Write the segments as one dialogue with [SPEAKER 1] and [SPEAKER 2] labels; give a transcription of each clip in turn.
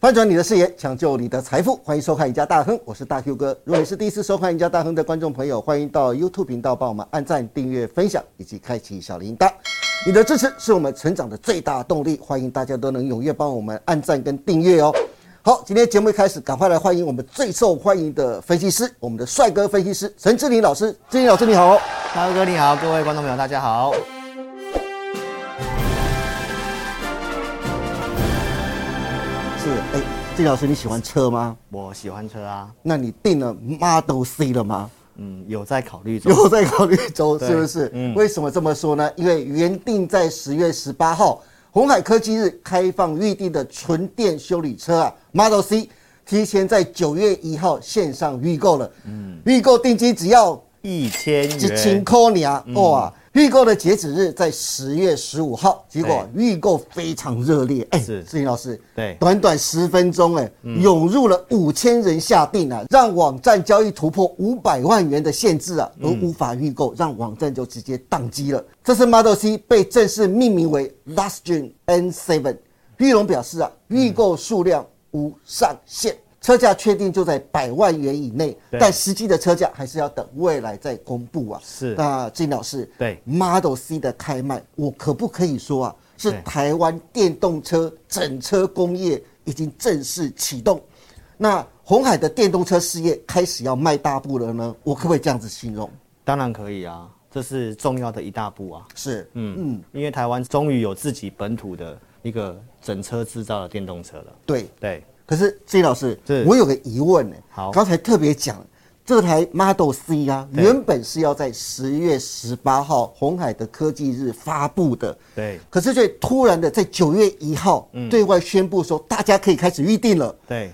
[SPEAKER 1] 翻转你的视野，抢救你的财富，欢迎收看《赢家大亨》，我是大 Q 哥。如果你是第一次收看《赢家大亨》的观众朋友，欢迎到 YouTube 频道帮我们按赞、订阅、分享以及开启小铃铛。你的支持是我们成长的最大动力，欢迎大家都能踊跃帮我们按赞跟订阅哦。好，今天节目一开始，赶快来欢迎我们最受欢迎的分析师，我们的帅哥分析师陈志林老师。志林老师你好哦，
[SPEAKER 2] 大哥你好，各位观众朋友大家好。
[SPEAKER 1] 是哎，志林老师你喜欢车吗？
[SPEAKER 2] 我喜欢车啊，
[SPEAKER 1] 那你定了 Model C 了吗？
[SPEAKER 2] 嗯，有在考 虑中。
[SPEAKER 1] 有在考虑中，
[SPEAKER 2] 对
[SPEAKER 1] 是不是？
[SPEAKER 2] 嗯
[SPEAKER 1] 为什么这么说呢？因为原定在十月十八号红海科技日开放预定的纯电修理车啊，Model C，提前在九月一号线上预购了。嗯，预购定金只要
[SPEAKER 2] 一千
[SPEAKER 1] 一千
[SPEAKER 2] 元，
[SPEAKER 1] 块呢，哇！预购的截止日在十月十五号，结果预购非常热烈。哎，
[SPEAKER 2] 是
[SPEAKER 1] 志颖老师，
[SPEAKER 2] 对嗯
[SPEAKER 1] 短短十分钟，哎，涌入了五千人下订啊，让网站交易突破五百万元的限制啊，
[SPEAKER 2] 嗯
[SPEAKER 1] 而无法预购，让网站就直接宕机了。这次 Model C 被正式命名为 Last Gen N7。玉龙表示啊，
[SPEAKER 2] 嗯
[SPEAKER 1] 预购数量无上限，车价确定就在百万元以内，
[SPEAKER 2] 对
[SPEAKER 1] 但实际的车价还是要等未来再公布啊。
[SPEAKER 2] 是
[SPEAKER 1] 那金老师，
[SPEAKER 2] 对
[SPEAKER 1] Model C 的开卖，我可不可以说啊，是
[SPEAKER 2] 对
[SPEAKER 1] 台湾电动车整车工业已经正式启动？那红海的电动车事业开始要迈大步了呢？我可不可以这样子形容？
[SPEAKER 2] 当然可以啊，这是重要的一大步啊。
[SPEAKER 1] 是，
[SPEAKER 2] 嗯，因为台湾终于有自己本土的一个整车制造的电动车了。
[SPEAKER 1] 对。
[SPEAKER 2] 对，
[SPEAKER 1] 可是金老师
[SPEAKER 2] 是，
[SPEAKER 1] 我有个疑问呢。
[SPEAKER 2] 好
[SPEAKER 1] 刚才特别讲这台 Model C 啊，
[SPEAKER 2] 对
[SPEAKER 1] 原本是要在十月十八号红海的科技日发布的，
[SPEAKER 2] 对，嗯
[SPEAKER 1] 可是却突然的在九月一号对外宣布说，大家可以开始预定了。
[SPEAKER 2] 对，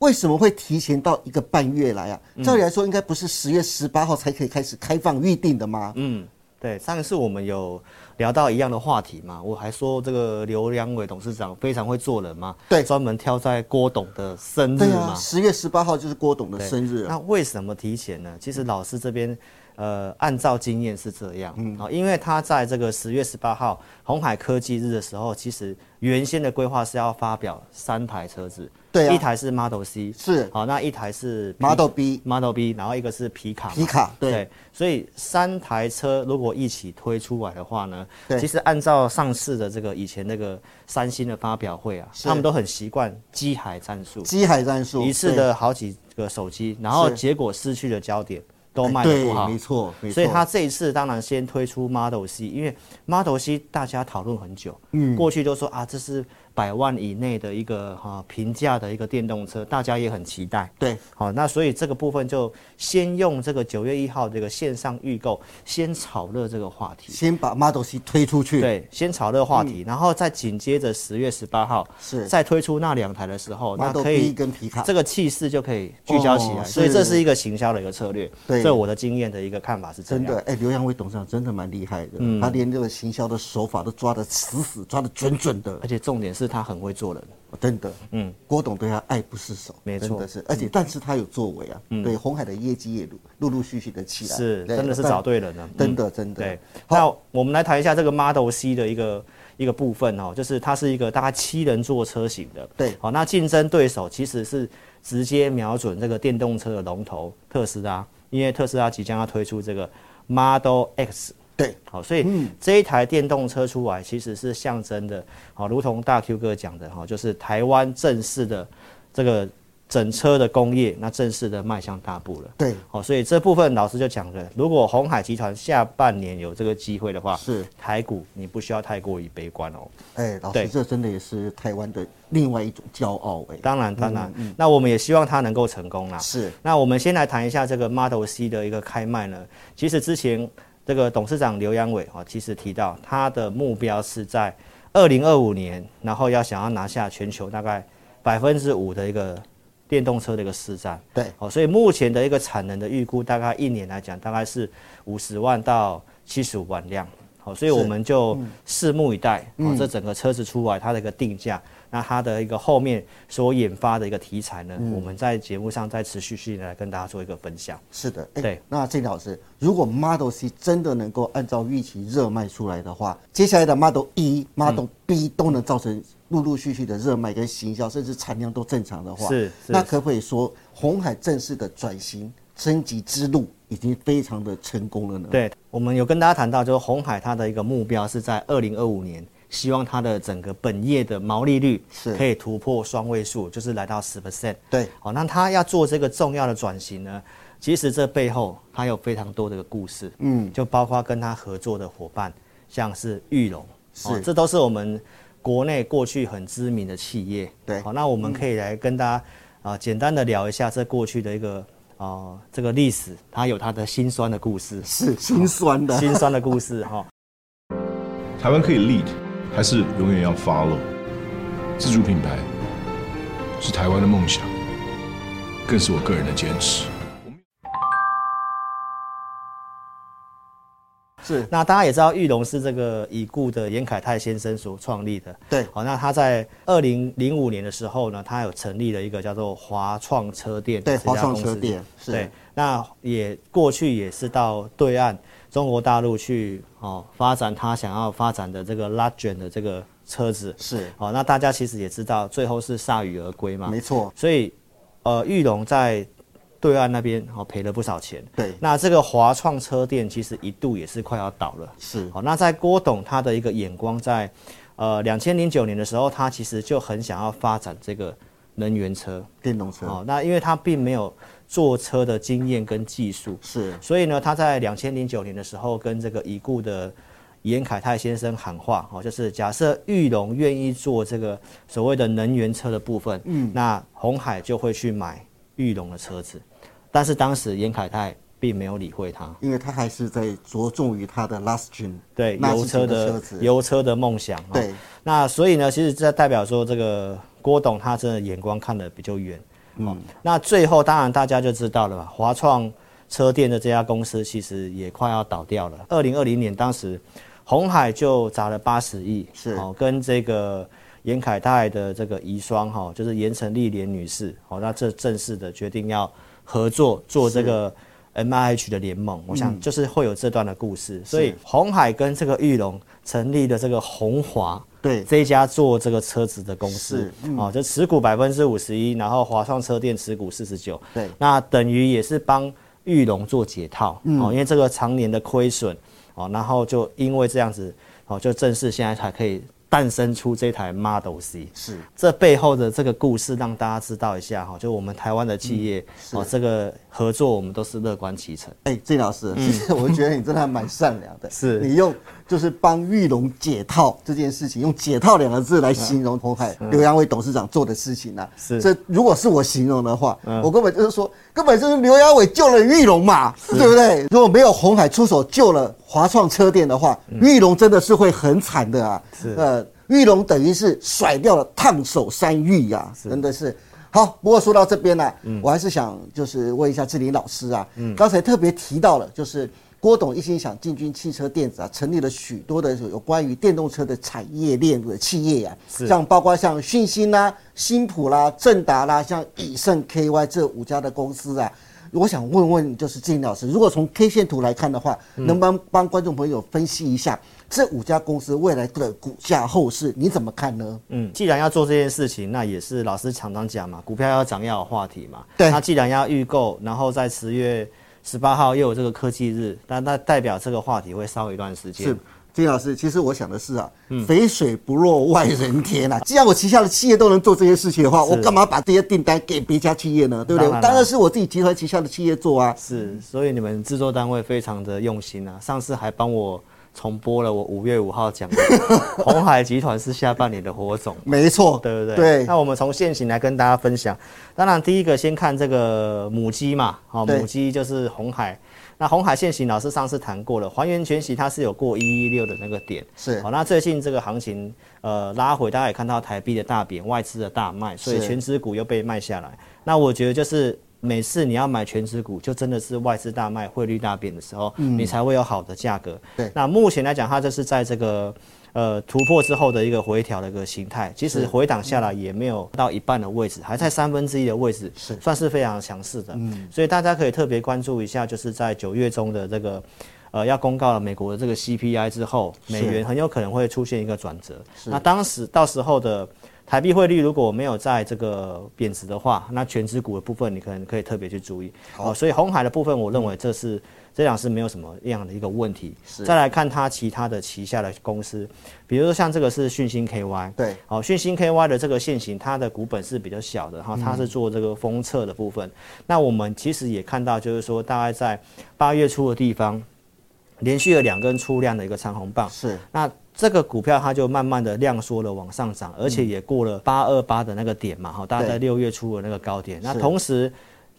[SPEAKER 1] 为什么会提前到一个半月来啊？
[SPEAKER 2] 嗯
[SPEAKER 1] 照理来说，应该不是十月十八号才可以开始开放预定的吗？
[SPEAKER 2] 嗯，对。上一次我们有聊到一样的话题嘛，我还说这个刘良伟董事长非常会做人嘛，
[SPEAKER 1] 对
[SPEAKER 2] 专门挑在郭董的生日
[SPEAKER 1] 对
[SPEAKER 2] 嘛
[SPEAKER 1] 啊，，十月十八号就是郭董的
[SPEAKER 2] 嗯对
[SPEAKER 1] 生日嗯啊。
[SPEAKER 2] 哎那为什么提前呢？其实老师这边，呃，按照经验是这样，
[SPEAKER 1] 嗯
[SPEAKER 2] 啊、因为他在这个十月十八号红海科技日的时候，其实原先的规划是要发表三台车子，
[SPEAKER 1] 对啊
[SPEAKER 2] 一台是 Model C，
[SPEAKER 1] 是
[SPEAKER 2] 好，那一台是 P-
[SPEAKER 1] Model B
[SPEAKER 2] Model B，然后一个是皮卡嘛，
[SPEAKER 1] 皮卡对
[SPEAKER 2] 所以三台车如果一起推出来的话呢
[SPEAKER 1] 对，
[SPEAKER 2] 其实按照上次的这个以前那个三星的发表会啊，他们都很习惯机海战术，
[SPEAKER 1] 机海战术
[SPEAKER 2] 一次
[SPEAKER 1] 对
[SPEAKER 2] 的好几个手机，然后
[SPEAKER 1] 是哎
[SPEAKER 2] 结果失去了焦点，都卖的不
[SPEAKER 1] 对，
[SPEAKER 2] 好。
[SPEAKER 1] 没错，没错。
[SPEAKER 2] 所以他这一次当然先推出 Model C，因为 Model C 大家讨论很久，嗯，过去就说啊，这是百万以内的一个哈、平价的一个电动车，大家也很期待。
[SPEAKER 1] 对
[SPEAKER 2] 好，那所以这个部分就先用这个九月一号这个线上预购，先炒热这个话题。
[SPEAKER 1] 先把 Model C 推出去。
[SPEAKER 2] 对，先炒热话题，然后再紧接着十月十八号
[SPEAKER 1] 嗯是
[SPEAKER 2] 再推出那两台的时候，那
[SPEAKER 1] Model
[SPEAKER 2] 可以
[SPEAKER 1] B 跟皮卡
[SPEAKER 2] 这个气势就可以聚焦起来，
[SPEAKER 1] 哦
[SPEAKER 2] 所以这
[SPEAKER 1] 是
[SPEAKER 2] 是一个行销的一个策略。
[SPEAKER 1] 对
[SPEAKER 2] 这我的经验的一个看法是这
[SPEAKER 1] 真
[SPEAKER 2] 样。
[SPEAKER 1] 的，哎、刘阳伟董事长真的蛮厉害的，
[SPEAKER 2] 嗯
[SPEAKER 1] 他连这个行销的手法都抓得死死，抓得准准的
[SPEAKER 2] 而，且重点是他很会做人，
[SPEAKER 1] 真的。嗯，郭董对他爱不释手，
[SPEAKER 2] 没错嗯
[SPEAKER 1] 真的是，而且、但是他有作为啊，对，红海的业绩也陆陆陆续续的起来，
[SPEAKER 2] 是
[SPEAKER 1] 对
[SPEAKER 2] 真的是
[SPEAKER 1] 但
[SPEAKER 2] 找对人了。嗯
[SPEAKER 1] 真的真的。
[SPEAKER 2] 对，那我们来谈一下这个 Model C 的一个一个部分哦，就是它是一个大概七人座车型的。
[SPEAKER 1] 对
[SPEAKER 2] 好，那竞争对手其实是直接瞄准这个电动车的龙头特斯拉，因为特斯拉即将要推出这个 Model X。
[SPEAKER 1] 对，嗯
[SPEAKER 2] 好，所以这一台电动车出来，其实是象征的，好，如同大 Q 哥讲的哈，就是台湾正式的这个整车的工业，那正式的迈向大步了。
[SPEAKER 1] 对
[SPEAKER 2] 好，所以这部分老师就讲了，如果红海集团下半年有这个机会的话，
[SPEAKER 1] 是
[SPEAKER 2] 台股你不需要太过于悲观哦。
[SPEAKER 1] 哎、老师，
[SPEAKER 2] 对
[SPEAKER 1] 这真的也是台湾的另外一种骄傲、哎，
[SPEAKER 2] 当然，当然，那我们也希望它能够成功啦。
[SPEAKER 1] 是
[SPEAKER 2] 那我们先来谈一下这个 Model C 的一个开卖呢。其实之前这个董事长刘阳伟啊，其实提到他的目标是在二零二五年，然后要想要拿下全球大概百分之五的一个电动车的一个市占。
[SPEAKER 1] 对
[SPEAKER 2] 哦，所以目前的一个产能的预估，大概一年来讲，大概是五十万到七十五万辆。好，所以我们就拭目以待。哦，这整个车子出来，它的一个定价那它的一个后面所引发的一个题材呢，我们在节目上再持续性地来跟大家做一个分享。
[SPEAKER 1] 是的，哎
[SPEAKER 2] 对。
[SPEAKER 1] 那郑老师，如果 Model C 真的能够按照预期热卖出来的话，接下来的 Model E、Model
[SPEAKER 2] 嗯
[SPEAKER 1] B 都能造成陆陆续续的热卖跟行销，甚至产量都正常的话，
[SPEAKER 2] 是是
[SPEAKER 1] 那可不可以说红海正式的转型升级之路已经非常的成功了呢？，
[SPEAKER 2] 对，我们有跟大家谈到，就是红海它的一个目标是在二零二五年，希望它的整个本业的毛利率
[SPEAKER 1] 是
[SPEAKER 2] 可以突破双位数，就是来到十 percent。
[SPEAKER 1] 对，
[SPEAKER 2] 好，那它要做这个重要的转型呢，其实这背后它有非常多的一个故事，嗯，就包括跟它合作的伙伴，像是玉龙，
[SPEAKER 1] 是
[SPEAKER 2] 这都是我们国内过去很知名的企业。
[SPEAKER 1] 对嗯
[SPEAKER 2] 好，那我们可以来跟大家啊、呃简单的聊一下这过去的一个。哦，这个历史它有它的辛酸的故事，
[SPEAKER 1] 是心酸的。
[SPEAKER 2] 心酸的故事哈。
[SPEAKER 3] 台湾可以 lead，还是永远要 follow？自主品牌是台湾的梦想，更是我个人的坚持。
[SPEAKER 1] 是
[SPEAKER 2] 那大家也知道，玉龙是这个已故的严凯泰先生所创立的。
[SPEAKER 1] 对
[SPEAKER 2] 好，那他在二零零五年的时候呢，他有成立了一个叫做华创车店
[SPEAKER 1] 对
[SPEAKER 2] 这家
[SPEAKER 1] 华创
[SPEAKER 2] 公司
[SPEAKER 1] 车店是
[SPEAKER 2] 对，那也过去也是到对岸中国大陆去哦发展他想要发展的这个拉卷的这个车子。
[SPEAKER 1] 是，
[SPEAKER 2] 好，那大家其实也知道，最后是铩羽而归嘛。
[SPEAKER 1] 没错，
[SPEAKER 2] 所以，呃，玉龙在对岸那边哦赔了不少钱。
[SPEAKER 1] 对
[SPEAKER 2] 那这个华创车店其实一度也是快要倒了。哦
[SPEAKER 1] 是
[SPEAKER 2] 好，那在郭董他的一个眼光在，呃，两千零九年的时候，他其实就很想要发展这个能源车。
[SPEAKER 1] 电动车
[SPEAKER 2] 哦，那因为他并没有坐车的经验跟技术，
[SPEAKER 1] 是
[SPEAKER 2] 所以呢，他在两千零九年的时候跟这个已故的严凯泰先生喊话，哦，就是假设玉龙愿意做这个所谓的能源车的部分，嗯，那红海就会去买玉龙的车子，但是当时严凯泰并没有理会他，
[SPEAKER 1] 因为它还是在着重于它的 last gen，
[SPEAKER 2] 对
[SPEAKER 1] 纳
[SPEAKER 2] 油
[SPEAKER 1] 斯
[SPEAKER 2] 车
[SPEAKER 1] 型的
[SPEAKER 2] 的
[SPEAKER 1] 车子，
[SPEAKER 2] 油车的梦想，哦
[SPEAKER 1] 对，
[SPEAKER 2] 那所以呢，其实这代表说这个郭董他真的眼光看得比较远。哦，那最后当然大家就知道了嘛，华创车店的这家公司其实也快要倒掉了。二零二零年当时，红海就砸了八十亿，
[SPEAKER 1] 是
[SPEAKER 2] 哦，跟这个严凯泰的这个遗孀哈、就是严成丽莲女士，哦，那这正式的决定要合作做这个 M I H 的联盟，我想就是会有这段的故事。所以红海跟这个玉龙成立的这个红华。
[SPEAKER 1] 对，
[SPEAKER 2] 这一家做这个车子的公司
[SPEAKER 1] 是，嗯
[SPEAKER 2] 哦，就持股百分之五十一，然后华创车电持股四十九，
[SPEAKER 1] 对
[SPEAKER 2] 那等于也是帮玉龙做解套，
[SPEAKER 1] 嗯
[SPEAKER 2] 哦，因为这个常年的亏损，哦，然后就因为这样子，哦，就正式现在才可以诞生出这台 Model C。
[SPEAKER 1] 是
[SPEAKER 2] 这背后的这个故事，让大家知道一下哈，哦就我们台湾的企
[SPEAKER 1] 嗯
[SPEAKER 2] 业、哦，这个合作我们都是乐观其成。
[SPEAKER 1] 哎，郑老师，其实我觉得你真的还蛮善良的。
[SPEAKER 2] 嗯 是
[SPEAKER 1] 你用就是帮玉龙解套这件事情，用“解套”两个字来形容红海刘扬伟董事长做的事情啊。
[SPEAKER 2] 嗯是嗯
[SPEAKER 1] 这如果是我形容的话，我根本就是说，根本就是刘扬伟救了玉龙嘛，对不对？如果没有红海出手救了华创车店的话，玉龙真的是会很惨的啊。
[SPEAKER 2] 嗯是
[SPEAKER 1] 呃，玉龙等于是甩掉了烫手山芋呀、真的是。好，不过说到这边呢、我还是想就是问一下志玲老师啊，刚才特别提到了，就是郭董一心想进军汽车电子啊，成立了许多的有关于电动车的产业链的企业呀、
[SPEAKER 2] 是
[SPEAKER 1] 像包括像讯芯啦、新普啦、正达啦、像以盛 KY 这五家的公司啊。我想问问，就是志玲老师，如果从 K 线图来看的话，能帮帮观众朋友分析一下这五家公司未来的股价后市，你怎么看呢？
[SPEAKER 2] 嗯，既然要做这件事情，那也是老师常常讲嘛，股票要涨要有话题嘛。
[SPEAKER 1] 对
[SPEAKER 2] 那既然要预购，然后在十月十八号又有这个科技日，那那代表这个话题会烧一段时间。
[SPEAKER 1] 是，金老师，其实我想的是啊，
[SPEAKER 2] 嗯
[SPEAKER 1] 肥水不落外人田啊。既 然我旗下的企业都能做这些事情的话，我干嘛把这些订单给别家企业呢？对不对
[SPEAKER 2] 当然？啦
[SPEAKER 1] 当然是我自己集团旗下的企业做啊。
[SPEAKER 2] 是，所以你们制作单位非常的用心啊，上次还帮我重播了我五月五号讲的红海集团是下半年的火种。
[SPEAKER 1] 没错，
[SPEAKER 2] 对不对？
[SPEAKER 1] 对
[SPEAKER 2] 那，我们从现行来跟大家分享。当然，第一个先看这个母鸡嘛，好、
[SPEAKER 1] 对
[SPEAKER 2] 母鸡就是红海。那红海现行老师上次谈过了，还原全息它是有过一一六的那个点，
[SPEAKER 1] 是
[SPEAKER 2] 好、那最近这个行情呃拉回，大家也看到台币的大贬，外资的大卖，所以
[SPEAKER 1] 是
[SPEAKER 2] 全资股又被卖下来。那我觉得就是。每次你要买全资股，就真的是外资大卖、汇率大贬的时候，你才会有好的价格。
[SPEAKER 1] 嗯对
[SPEAKER 2] 那目前来讲，它就是在这个呃突破之后的一个回调的一个形态。其实回档下来也没有到一半的位置，还在三分之一的位置，
[SPEAKER 1] 是
[SPEAKER 2] 算是非常强势的。嗯，所以大家可以特别关注一下，就是在九月中的这个。呃，要公告了美国的这个 CPI 之后，美元很有可能会出现一个转折。那当时到时候的台币汇率如果没有在这个贬值的话，那全指股的部分你可能可以特别去注意。好、所以红海的部分，我认为这是、这两是没有什么样的一个问题。再来看它其他的旗下的公司，比如说像这个是讯星 KY，
[SPEAKER 1] 对，
[SPEAKER 2] 好、讯星 KY 的这个现行，它的股本是比较小的哈，它
[SPEAKER 1] 嗯
[SPEAKER 2] 是做这个封测的部分。那我们其实也看到，就是说大概在八月初的地方，连续了两根出量的一个长红棒，
[SPEAKER 1] 是
[SPEAKER 2] 那这个股票它就慢慢的量缩了往上涨，而
[SPEAKER 1] 嗯
[SPEAKER 2] 且也过了八二八的那个点嘛，哈，大家在六月初的那个高点。那同时，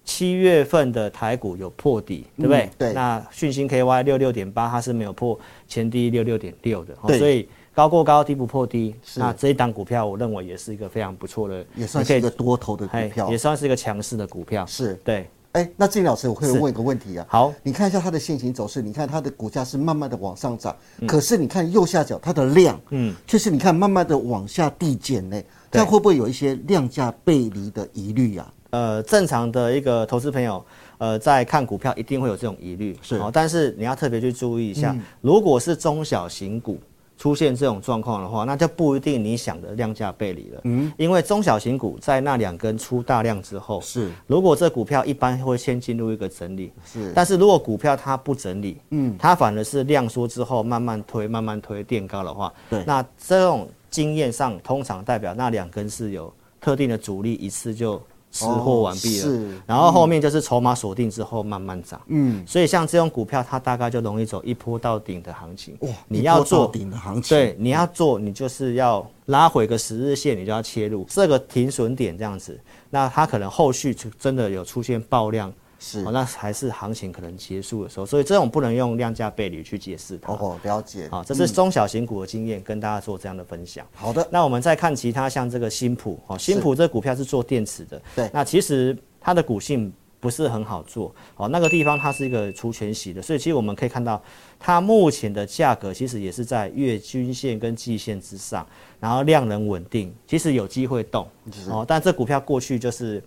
[SPEAKER 2] 七月份的台股有破底，对不对？
[SPEAKER 1] 嗯对
[SPEAKER 2] 那讯星 KY 六六点八，它是没有破前低六六点六的，齁
[SPEAKER 1] 对
[SPEAKER 2] 所以高过高，低不破低。那这一档股票，我认为也是一个非常不错的，
[SPEAKER 1] 也算
[SPEAKER 2] 你可
[SPEAKER 1] 是
[SPEAKER 2] 以
[SPEAKER 1] 一个多头的股
[SPEAKER 2] 哎
[SPEAKER 1] 票
[SPEAKER 2] 也。算是一个强势的股票。
[SPEAKER 1] 是
[SPEAKER 2] 对，
[SPEAKER 1] 哎，那静老师，我会
[SPEAKER 2] 是
[SPEAKER 1] 问一个问题啊。
[SPEAKER 2] 好
[SPEAKER 1] 你看一下它的现行走势，你看它的股价是慢慢的往上涨，
[SPEAKER 2] 嗯
[SPEAKER 1] 可是你看右下角它的量，嗯，却是你看慢慢的往下递减呢，这样会不会有一些量价背离的疑虑啊？
[SPEAKER 2] 呃，正常的一个投资朋友，呃，在看股票一定会有这种疑虑，
[SPEAKER 1] 是嗯
[SPEAKER 2] 但是你要特别去注意一下，如果是中小型股出现这种状况的话，那就不一定你想的量价背离了。嗯，因为中小型股在那两根出大量之后，
[SPEAKER 1] 是
[SPEAKER 2] 如果这股票一般会先进入一个整理，
[SPEAKER 1] 是
[SPEAKER 2] 但是如果股票它不整理，嗯，它反而是量缩之后慢慢推、慢慢推垫高的话，
[SPEAKER 1] 对
[SPEAKER 2] 那这种经验上通常代表那两根是有特定的主力一次就吃货完毕了，
[SPEAKER 1] 哦是
[SPEAKER 2] 然后后面就是筹码锁定之后慢慢涨，嗯，所以像这种股票它大概就容易走一波到顶的行情，
[SPEAKER 1] 哇，
[SPEAKER 2] 你要
[SPEAKER 1] 一波
[SPEAKER 2] 做
[SPEAKER 1] 到顶的行情，
[SPEAKER 2] 对，你要做，你就是要拉回个十日线，你就要切入这个停损点这样子。那它可能后续就真的有出现爆量，
[SPEAKER 1] 是
[SPEAKER 2] 哦，那还是行情可能结束的时候，所以这种不能用量价背离去解释它。
[SPEAKER 1] 哦，了解。
[SPEAKER 2] 好，这是中小型股的经验，跟大家做这样的分享。
[SPEAKER 1] 好的，
[SPEAKER 2] 那我们再看其他像这个新普，哦，新普这股票是做电池的，
[SPEAKER 1] 对
[SPEAKER 2] 那其实它的股性不是很好做，哦，那个地方它是一个除权息的，所以其实我们可以看到，它目前的价格其实也是在月均线跟季线之上，然后量能稳定，其实有机会动，哦，但这股票过去就是。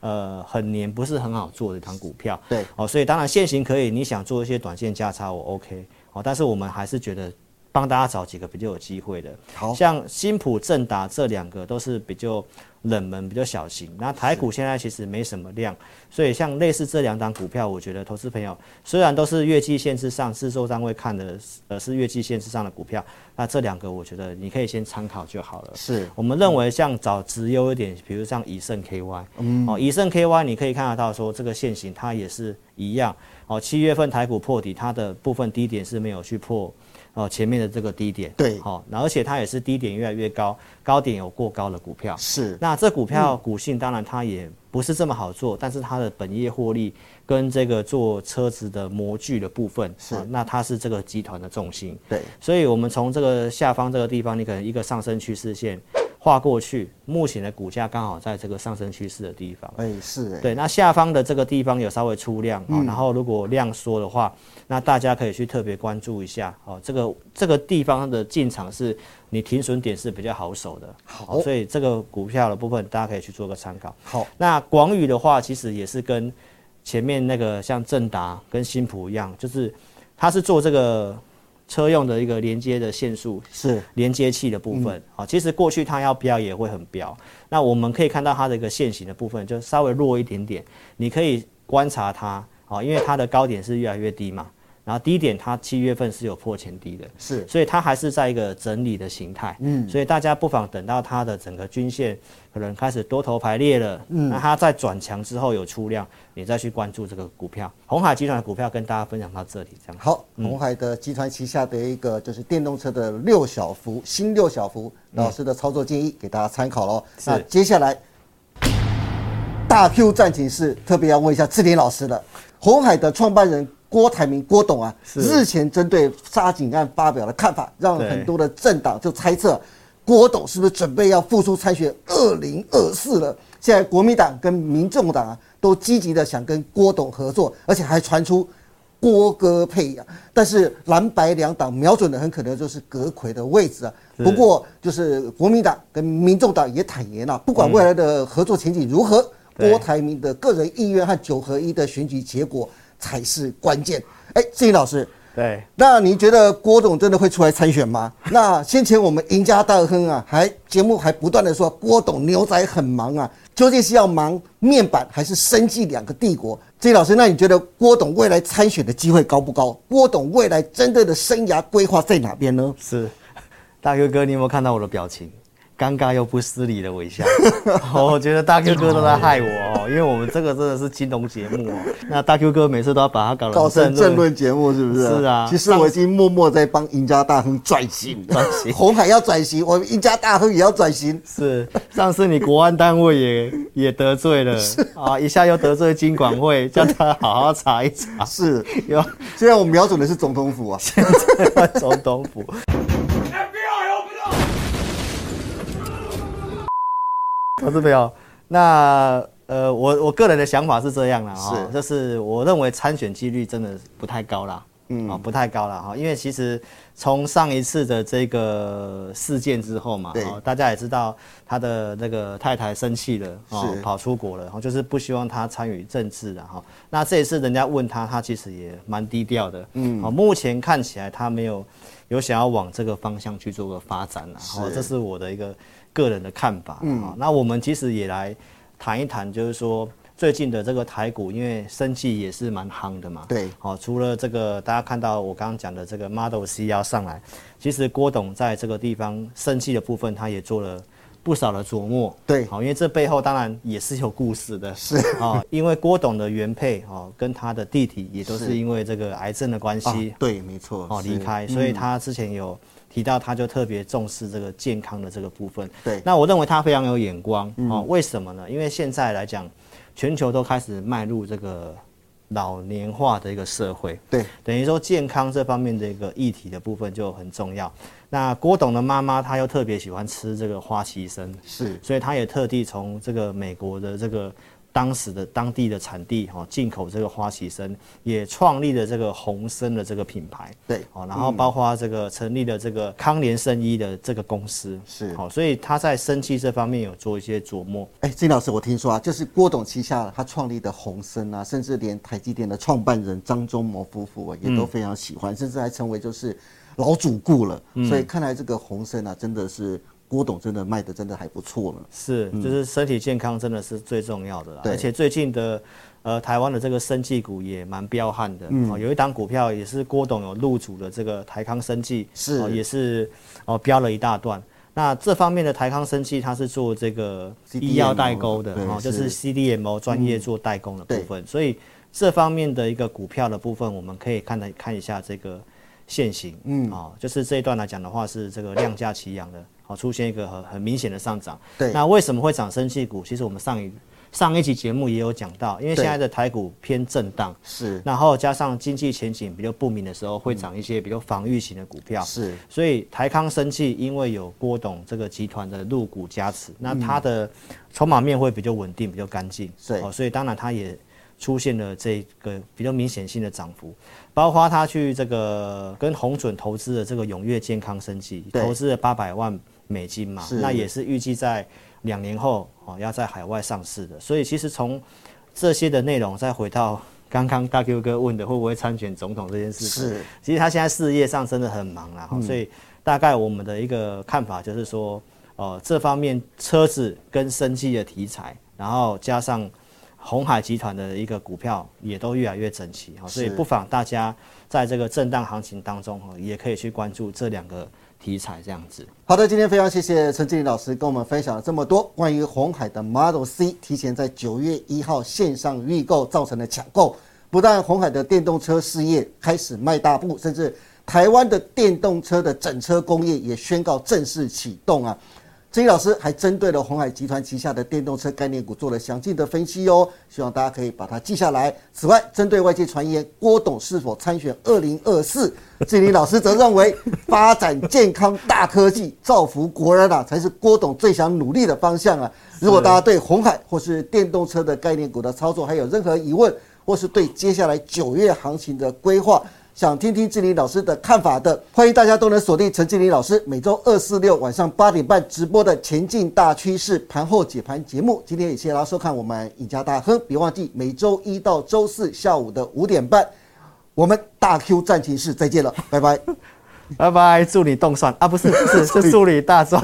[SPEAKER 2] 呃，很黏，不是很好做的一档股票，
[SPEAKER 1] 对
[SPEAKER 2] 哦，所以当然现行可以，你想做一些短线价差，我 OK，哦，但是我们还是觉得帮大家找几个比较有机会的，
[SPEAKER 1] 好
[SPEAKER 2] 像新普、正达这两个都是比较冷门、比较小型。那台股现在其实没什么量，所以像类似这两档股票，我觉得投资朋友虽然都是月季线之上，是周单位看的，呃，是月季线之上的股票，那这两个我觉得你可以先参考就好了。
[SPEAKER 1] 是
[SPEAKER 2] 我们认为像找直优一点，比如像以盛 KY，哦，
[SPEAKER 1] 嗯
[SPEAKER 2] 以盛 KY 你可以看得到说这个现形它也是一样，哦，七月份台股破底，它的部分低点是没有去破。哦，前面的这个低点，
[SPEAKER 1] 对
[SPEAKER 2] 好、那而且它也是低点越来越高，高点有过高的股票，
[SPEAKER 1] 是
[SPEAKER 2] 那这股票股性当然它也不是这么好做，但是它的本业获利跟这个做车子的模具的部分，是、那它是这个集团的重心。
[SPEAKER 1] 对，
[SPEAKER 2] 所以我们从这个下方这个地方，你可能一个上升趋势线画过去，目前的股价刚好在这个上升趋势的地方。
[SPEAKER 1] 哎是哎，
[SPEAKER 2] 对，那下方的这个地方有稍微出量啊、哦然后如果量缩的话，那大家可以去特别关注一下哦。这个这个地方的进场是你停损点是比较好守的，哦
[SPEAKER 1] 好
[SPEAKER 2] 所以这个股票的部分大家可以去做个参考。
[SPEAKER 1] 好
[SPEAKER 2] 那广宇的话，其实也是跟前面那个像正达跟新普一样，就是它是做这个车用的一个连接的线束
[SPEAKER 1] 是
[SPEAKER 2] 连接器的部分啊、其实过去它要标也会很标。那我们可以看到它的一个线型的部分就稍微弱一点点，你可以观察它啊、因为它的高点是越来越低嘛，然后低点它七月份是有破前低的，
[SPEAKER 1] 是
[SPEAKER 2] 所以它还是在一个整理的形态。嗯，所以大家不妨等到它的整个均线可能开始多头排列了，嗯，那它在转强之后有出量，你再去关注这个股票。红海集团的股票跟大家分享到这里，这样。
[SPEAKER 1] 好，红海的集团旗下的一个就是电动车的六小福，新六小福老师的操作建议给大家参考喽。
[SPEAKER 2] 是
[SPEAKER 1] 那接下来大 Q 战警是特别要问一下志林老师的，红海的创办人郭台铭郭董啊，
[SPEAKER 2] 是
[SPEAKER 1] 日前针对沙井案发表了看法，让
[SPEAKER 2] 对
[SPEAKER 1] 很多的政党就猜测郭董是不是准备要复出参选二零二四了。现在国民党跟民众党啊都积极的想跟郭董合作，而且还传出郭戈配啊。但是蓝白两党瞄准的很可能就是葛魁的位置啊。不过就是国民党跟民众党也坦言了、啊不管未来的合作前景如何，
[SPEAKER 2] 对
[SPEAKER 1] 郭台铭的个人意愿和九合一的选举结果才是关键。哎，志颖老师，
[SPEAKER 2] 对，
[SPEAKER 1] 那你觉得郭董真的会出来参选吗？那先前我们赢家大亨啊，还节目还不断的说郭董牛仔很忙啊，究竟是要忙面板还是生计两个帝国？这老师，那你觉得郭董未来参选的机会高不高？郭董未来真正的生涯规划在哪边呢？
[SPEAKER 2] 是，大 Q 哥，你有没有看到我的表情？尴尬又不失礼的微笑，哦我觉得大 Q 哥都在害我哦，因为我们这个真的是金融节目哦。那大 Q 哥每次都要把它搞
[SPEAKER 1] 搞成
[SPEAKER 2] 成
[SPEAKER 1] 政论
[SPEAKER 2] 政论，
[SPEAKER 1] 节目是不是？
[SPEAKER 2] 是啊
[SPEAKER 1] 其实我已经默默在帮赢家大亨转型，
[SPEAKER 2] 转 型
[SPEAKER 1] 红海要转型，我们赢家大亨也要转型。
[SPEAKER 2] 是上次你国安单位也也得罪了啊，一下又得罪金管会，叫他好好查一查。
[SPEAKER 1] 是，
[SPEAKER 2] 又
[SPEAKER 1] 现在我瞄准的是总统府啊。
[SPEAKER 2] 换总统府，
[SPEAKER 4] FBI, open up!
[SPEAKER 2] 投资朋友，那呃，我我个人的想法是这样啦，哈、
[SPEAKER 1] 是
[SPEAKER 2] 就是我认为参选几率真的不太高啦，嗯，哦，不太高啦，哈，因为其实从上一次的这个事件之后嘛，
[SPEAKER 1] 对
[SPEAKER 2] 哦，大家也知道他的那个太太生气了，哦
[SPEAKER 1] 是，
[SPEAKER 2] 跑出国了，然后就是不希望他参与政治了，哈、那这一次人家问他，他其实也蛮低调的，嗯，哦，目前看起来他没有有想要往这个方向去做个发展啦，哦，这是我的一个个人的看法，嗯、那我们其实也来谈一谈，就是说。最近的这个台股，因为生气也是蛮夯的嘛，
[SPEAKER 1] 对
[SPEAKER 2] 好、除了这个大家看到我刚刚讲的这个 Model C 要上来，其实郭董在这个地方生气的部分，他也做了不少的琢磨。
[SPEAKER 1] 对
[SPEAKER 2] 好、因为这背后当然也是有故事的。是啊、因为郭董的原配哦，跟他的弟弟也都
[SPEAKER 1] 是
[SPEAKER 2] 是因为这个癌症的关
[SPEAKER 1] 啊
[SPEAKER 2] 系，
[SPEAKER 1] 对，没错。
[SPEAKER 2] 哦
[SPEAKER 1] 是嗯
[SPEAKER 2] 离开，所以他之前有提到，他就特别重视这个健康的这个部分。
[SPEAKER 1] 对嗯
[SPEAKER 2] 那我认为他非常有眼光哦。为什么呢？因为现在来讲，全球都开始迈入这个老年化的一个社会，
[SPEAKER 1] 对，
[SPEAKER 2] 等于说健康这方面的一个议题的部分就很重要。那郭董的妈妈她又特别喜欢吃这个花旗参，
[SPEAKER 1] 是
[SPEAKER 2] 所以他也特地从这个美国的这个当时的当地的产地哈、哦、进口这个花旗参，也创立了这个红参的这个品牌。
[SPEAKER 1] 对
[SPEAKER 2] 哦，然后包括这个成立了这个康联生医的这个公司，
[SPEAKER 1] 是
[SPEAKER 2] 好、所以他在生气这方面有做一些琢磨。
[SPEAKER 1] 哎，金老师，我听说啊，就是郭董旗下他创立的鸿森啊，甚至连台积电的创办人张忠谋夫妇啊，也
[SPEAKER 2] 嗯
[SPEAKER 1] 都非常喜欢，甚至还成为就是老主顾了。
[SPEAKER 2] 嗯
[SPEAKER 1] 所以看来这个鸿森啊，真的是郭董真的卖的真的还不错了。
[SPEAKER 2] 是，就是身体健康真的是最重要的啦。
[SPEAKER 1] 嗯对
[SPEAKER 2] 而且最近的，呃，台湾的这个生技股也蛮彪悍的。嗯、哦，有一档股票也是郭董有入主的，这个台康生技
[SPEAKER 1] 是
[SPEAKER 2] 哦、也是哦飙了一大段。那这方面的台康生技，它是做这个
[SPEAKER 1] CDMO
[SPEAKER 2] 医药代工的
[SPEAKER 1] 对嗯
[SPEAKER 2] 哦，就是是 CDMO 专业做代工的部分，所以这方面的一个股票的部分，我们可以看来看一下这个现形，嗯，哦，就是这一段来讲的话是这个量价齐扬的，好、出现一个很很明显的上涨。
[SPEAKER 1] 对
[SPEAKER 2] 那为什么会涨升气股？其实我们上一上一期节目也有讲到，因为
[SPEAKER 1] 对
[SPEAKER 2] 现在的台股偏震荡，
[SPEAKER 1] 是
[SPEAKER 2] 然后加上经济前景比较不明的时候，
[SPEAKER 1] 嗯
[SPEAKER 2] 会涨一些比较防御型的股票，
[SPEAKER 1] 是
[SPEAKER 2] 所以台康生气因为有郭董这个集团的入股加
[SPEAKER 1] 嗯
[SPEAKER 2] 持，那它的筹码面会比较稳定，比较干净。
[SPEAKER 1] 对
[SPEAKER 2] 哦，所以当然它也出现了这个比较明显性的涨幅，包括它去这个跟红准投资的这个永越健康生计，
[SPEAKER 1] 对
[SPEAKER 2] 投资了八百万美金嘛
[SPEAKER 1] 是，
[SPEAKER 2] 那也是预计在两年后哦要在海外上市的。所以其实从这些的内容再回到。刚刚大 Q 哥问的会不会参选总统这件事情，
[SPEAKER 1] 是嗯
[SPEAKER 2] 其实他现在事业上真的很忙啦，哈所以大概我们的一个看法就是说，呃，这方面车子跟生计的题材，然后加上红海集团的一个股票也都越来越整齐，哈，哦所以
[SPEAKER 1] 是
[SPEAKER 2] 不妨大家在这个震荡行情当中，哈，也可以去关注这两个题材这样子。
[SPEAKER 1] 好的，今天非常谢谢陈志林老师跟我们分享了这么多关于红海的 Model C 提前在九月一号线上预购造成的抢购，不但红海的电动车事业开始迈大步，甚至台湾的电动车的整车工业也宣告正式启动啊。陈老师还针对了红海集团旗下的电动车概念股做了详尽的分析哦，希望大家可以把它记下来。此外，针对外界传言郭董是否参选2024，志林老师则认为，发展健康大科技，造福国人啊，才是郭董最想努力的方向啊。如果大家对红海或是电动车的概念股的操作还有任何疑问，或是对接下来九月行情的规划。想听听志玲老师的看法的，欢迎大家都能锁定陈志玲老师每周二、四、六晚上八点半直播的《前进大趋势盘后解盘》节目。今天也谢谢大家收看我们赢家大亨，别忘记每周一到周四下午的五点半，我们大 Q 战情室再见了，拜拜。
[SPEAKER 2] 拜拜，祝你动算啊，不是不是，是祝你大赚。